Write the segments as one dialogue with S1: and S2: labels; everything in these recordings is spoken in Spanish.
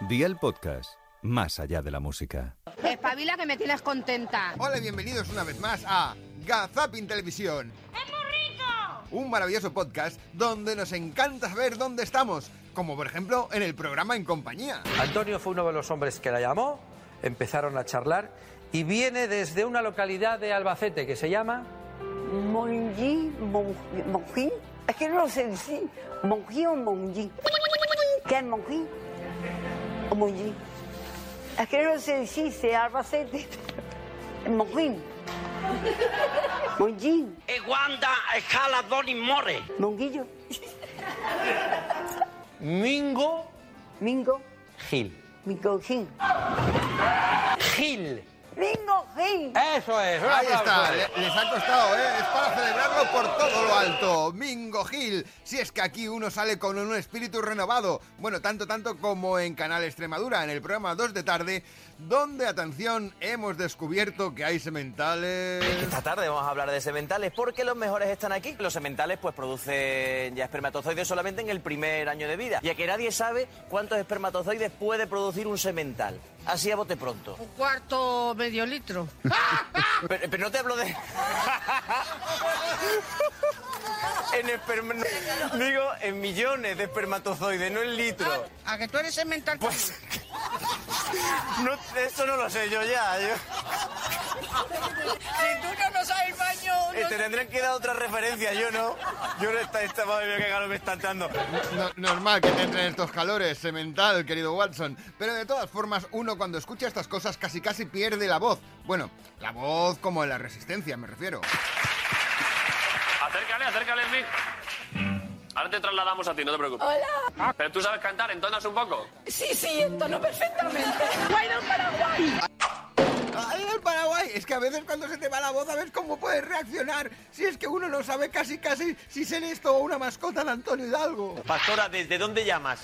S1: Di el podcast Más allá de la música.
S2: Espabila que me tienes contenta.
S3: Hola, bienvenidos una vez más a Gazapin Televisión. Un maravilloso podcast donde nos encanta saber dónde estamos, como por ejemplo en el programa En Compañía.
S4: Antonio fue uno de los hombres que la llamó, empezaron a charlar y viene desde una localidad de Albacete que se llama...
S5: Monji, Mon- Monji, es que no lo sé decir, Monji o Monji. ¿Qué es Monji? O Monji. Es que no lo sé decir, se Albacete. Monji. Monji,
S6: e Wanda e Cala Doni More.
S5: Monguillo,
S4: Mingo
S5: Mingo,
S4: Gil.
S5: Mingojín.
S4: Gil.
S5: Mingojín.
S4: Eso es. un
S3: Ahí
S4: aplauso.
S3: está, le- les ha costado, ¿eh? Es para celebrarlo por todo lo alto. Mingo Gil, si es que aquí uno sale con un espíritu renovado. Bueno, tanto, tanto como en Canal Extremadura, en el programa 2 de tarde, donde, atención, hemos descubierto que hay sementales...
S7: Esta tarde vamos a hablar de sementales porque los mejores están aquí. Los sementales pues producen ya espermatozoides solamente en el primer año de vida, ya que nadie sabe cuántos espermatozoides puede producir un semental. Así a bote pronto.
S2: Un cuarto medio litro.
S7: Pero, pero no te hablo de... en esperma- Digo, en millones de espermatozoides, no en litros.
S2: Ah, A que tú eres semental.
S7: Pues... No, eso no lo sé yo ya. yo-
S2: Si tú no nos sabes baño.
S7: eh, te tendrán que dar otra referencia, yo no. Yo no está esta madre mía, qué calor me está entrando.
S3: No- normal que te entren estos calores, semental, querido Watson. Pero de todas formas, uno cuando escucha estas cosas casi casi pierde la voz. Bueno, la voz como en la resistencia, me refiero.
S8: Acércale, acércale el mic. Ahora te trasladamos a ti, no te preocupes. Hola. Pero tú sabes cantar, entonas un poco.
S3: ¡Ay, el Paraguay! Es que a veces cuando se te va la voz, a ver cómo puedes reaccionar. Si es que uno no sabe casi casi si ser esto o una mascota de Antonio Hidalgo.
S7: Pastora, ¿desde dónde llamas?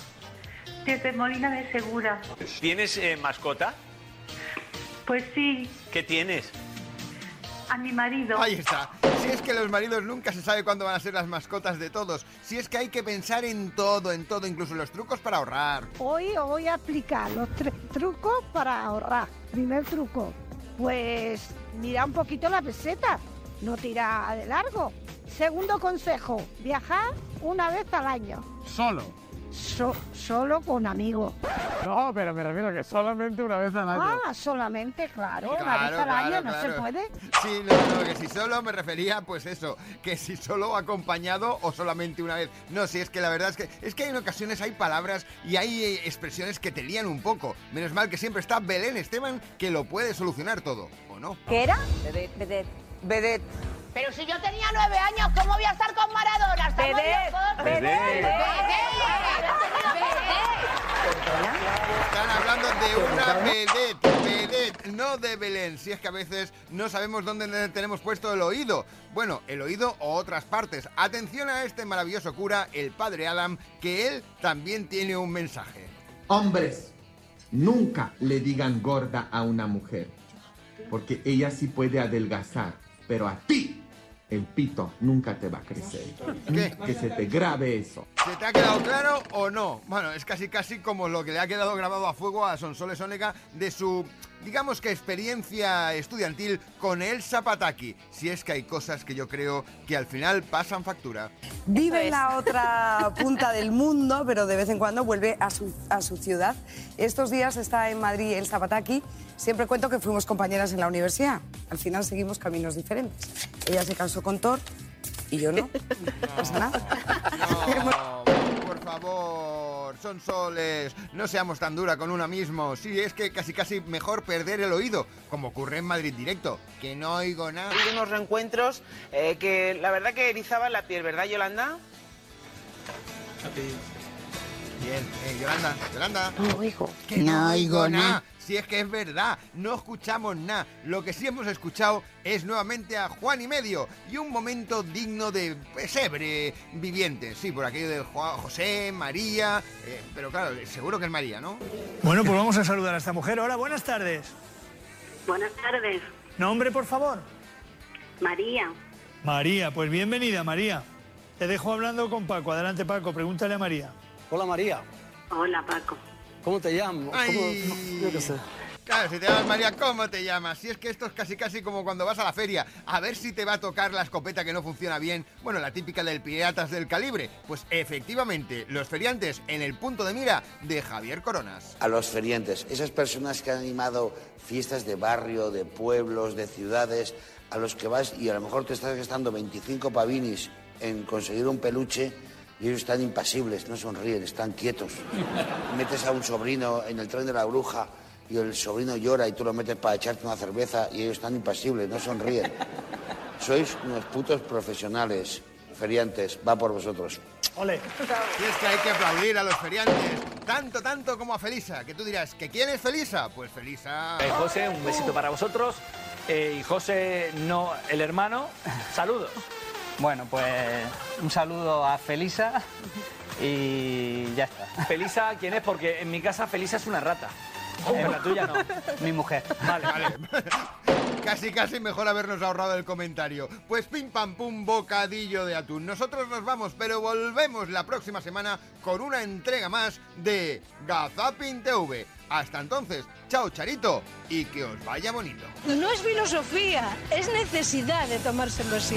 S9: Desde Molina de Segura.
S7: ¿Tienes eh, mascota?
S9: Pues sí,
S7: ¿Qué tienes?
S9: a mi marido.
S3: Ahí está. Si es que los maridos nunca se sabe cuándo van a ser las mascotas de todos. Si es que hay que pensar en todo, en todo, incluso en los trucos para ahorrar.
S10: Hoy os voy a aplicar los tres trucos para ahorrar. Primer truco, pues mira un poquito la peseta, no tira de largo. Segundo consejo, viajar una vez al año,
S11: Solo.
S10: so- solo con amigos.
S11: No, pero me refiero que solamente una vez al año.
S10: Ah, solamente, claro, una vez
S3: Claro,
S10: al
S3: claro,
S10: año no se
S3: claro.
S10: puede.
S3: Sí, no, no, que si solo me refería, pues eso, que si solo acompañado o solamente una vez. No, si es que la verdad es que es que en ocasiones hay palabras y hay eh, expresiones que te lían un poco. Menos mal que siempre está Belén Esteban que lo puede solucionar todo, ¿o no?
S5: ¿Qué era? Vedet. Vedet.
S2: Pero si yo tenía nueve años, ¿cómo voy a estar con Maradona? Estamos
S5: Vedet.
S2: locos.
S3: Están hablando de una vedette, vedette, no de Belén. Si es que a veces no sabemos dónde le tenemos puesto el oído. Bueno, el oído o otras partes. Atención a este maravilloso cura, el padre Adam, que él también tiene un mensaje.
S11: Hombres, nunca le digan gorda a una mujer. Porque ella sí puede adelgazar, pero a ti el pito nunca te va a crecer.
S3: ¿Qué?
S11: Que se te grabe eso.
S3: ¿Se te ha quedado claro o no? Bueno, es casi casi como lo que le ha quedado grabado a fuego a Sonsoles Sónica de su, digamos que experiencia estudiantil con Elsa Pataki. Si es que hay cosas que yo creo que al final pasan factura.
S5: Vive en la otra punta del mundo, pero de vez en cuando vuelve a su, a su ciudad. Estos días está en Madrid el Zapataki. Siempre cuento que fuimos compañeras en la universidad. Al final seguimos caminos diferentes. Ella se casó con Thor y yo no. No pasa nada.
S3: No, por favor, Sonsoles, no seamos tan dura con uno mismo. Sí, es que casi casi mejor perder el oído, como ocurre en Madrid Directo, que no oigo nada.
S6: Hubo unos reencuentros eh, que la verdad que erizaban la piel, ¿verdad, Yolanda?
S3: Bien, eh, Yolanda, Yolanda.
S5: No oigo.
S3: Que no oigo nada. Si es que es verdad, no escuchamos nada. Lo que sí hemos escuchado es nuevamente a Juan y Medio y un momento digno de pesebre viviente. Sí, por aquello de Juan, José, María. eh, pero claro, seguro que es María, ¿no?
S11: Bueno, pues vamos a saludar a esta mujer. Hola, buenas tardes.
S9: Buenas tardes,
S11: Nombre, por favor.
S9: María.
S11: María, pues bienvenida, María. Te dejo hablando con Paco. Adelante, Paco, pregúntale a María.
S9: Hola, Paco.
S12: ¿Cómo te llamo? ¿Cómo-
S3: Ay.
S12: Yo qué sé.
S3: Claro, si te llamas María, ¿cómo te llamas? Si es que esto es casi casi como cuando vas a la feria, a ver si te va a tocar la escopeta que no funciona bien, bueno, la típica del piratas del calibre. Pues efectivamente, los feriantes en el punto de mira de Javier Coronas.
S13: a los feriantes, esas personas que han animado fiestas de barrio, de pueblos, de ciudades, a los que vas y a lo mejor te estás gastando 25 pavinis en conseguir un peluche y ellos están impasibles, no sonríen, están quietos. Metes a un sobrino en el tren de la bruja y el sobrino llora y tú lo metes para echarte una cerveza y ellos están impasibles, no sonríen. Sois unos putos profesionales, feriantes, va por vosotros.
S3: ¡Ole! Y es que hay que aplaudir a los feriantes, tanto, tanto como a Felisa, que tú dirás, ¿que quién es Felisa? Pues Felisa...
S14: Eh, José, un besito para vosotros. Eh, y José, no, el hermano, saludos.
S15: Bueno, pues un saludo a Felisa y ya está.
S14: Felisa, ¿quién es? Porque en mi casa Felisa es una rata. En la tuya no.
S15: Mi mujer.
S14: Vale, vale.
S3: Casi, casi mejor habernos ahorrado el comentario. Pues pim pam pum, bocadillo de atún. Nosotros nos vamos, pero volvemos la próxima semana con una entrega más de Gazapin TV. Hasta entonces, chao Charito y que os vaya bonito.
S16: No es filosofía, es necesidad de tomárselo así.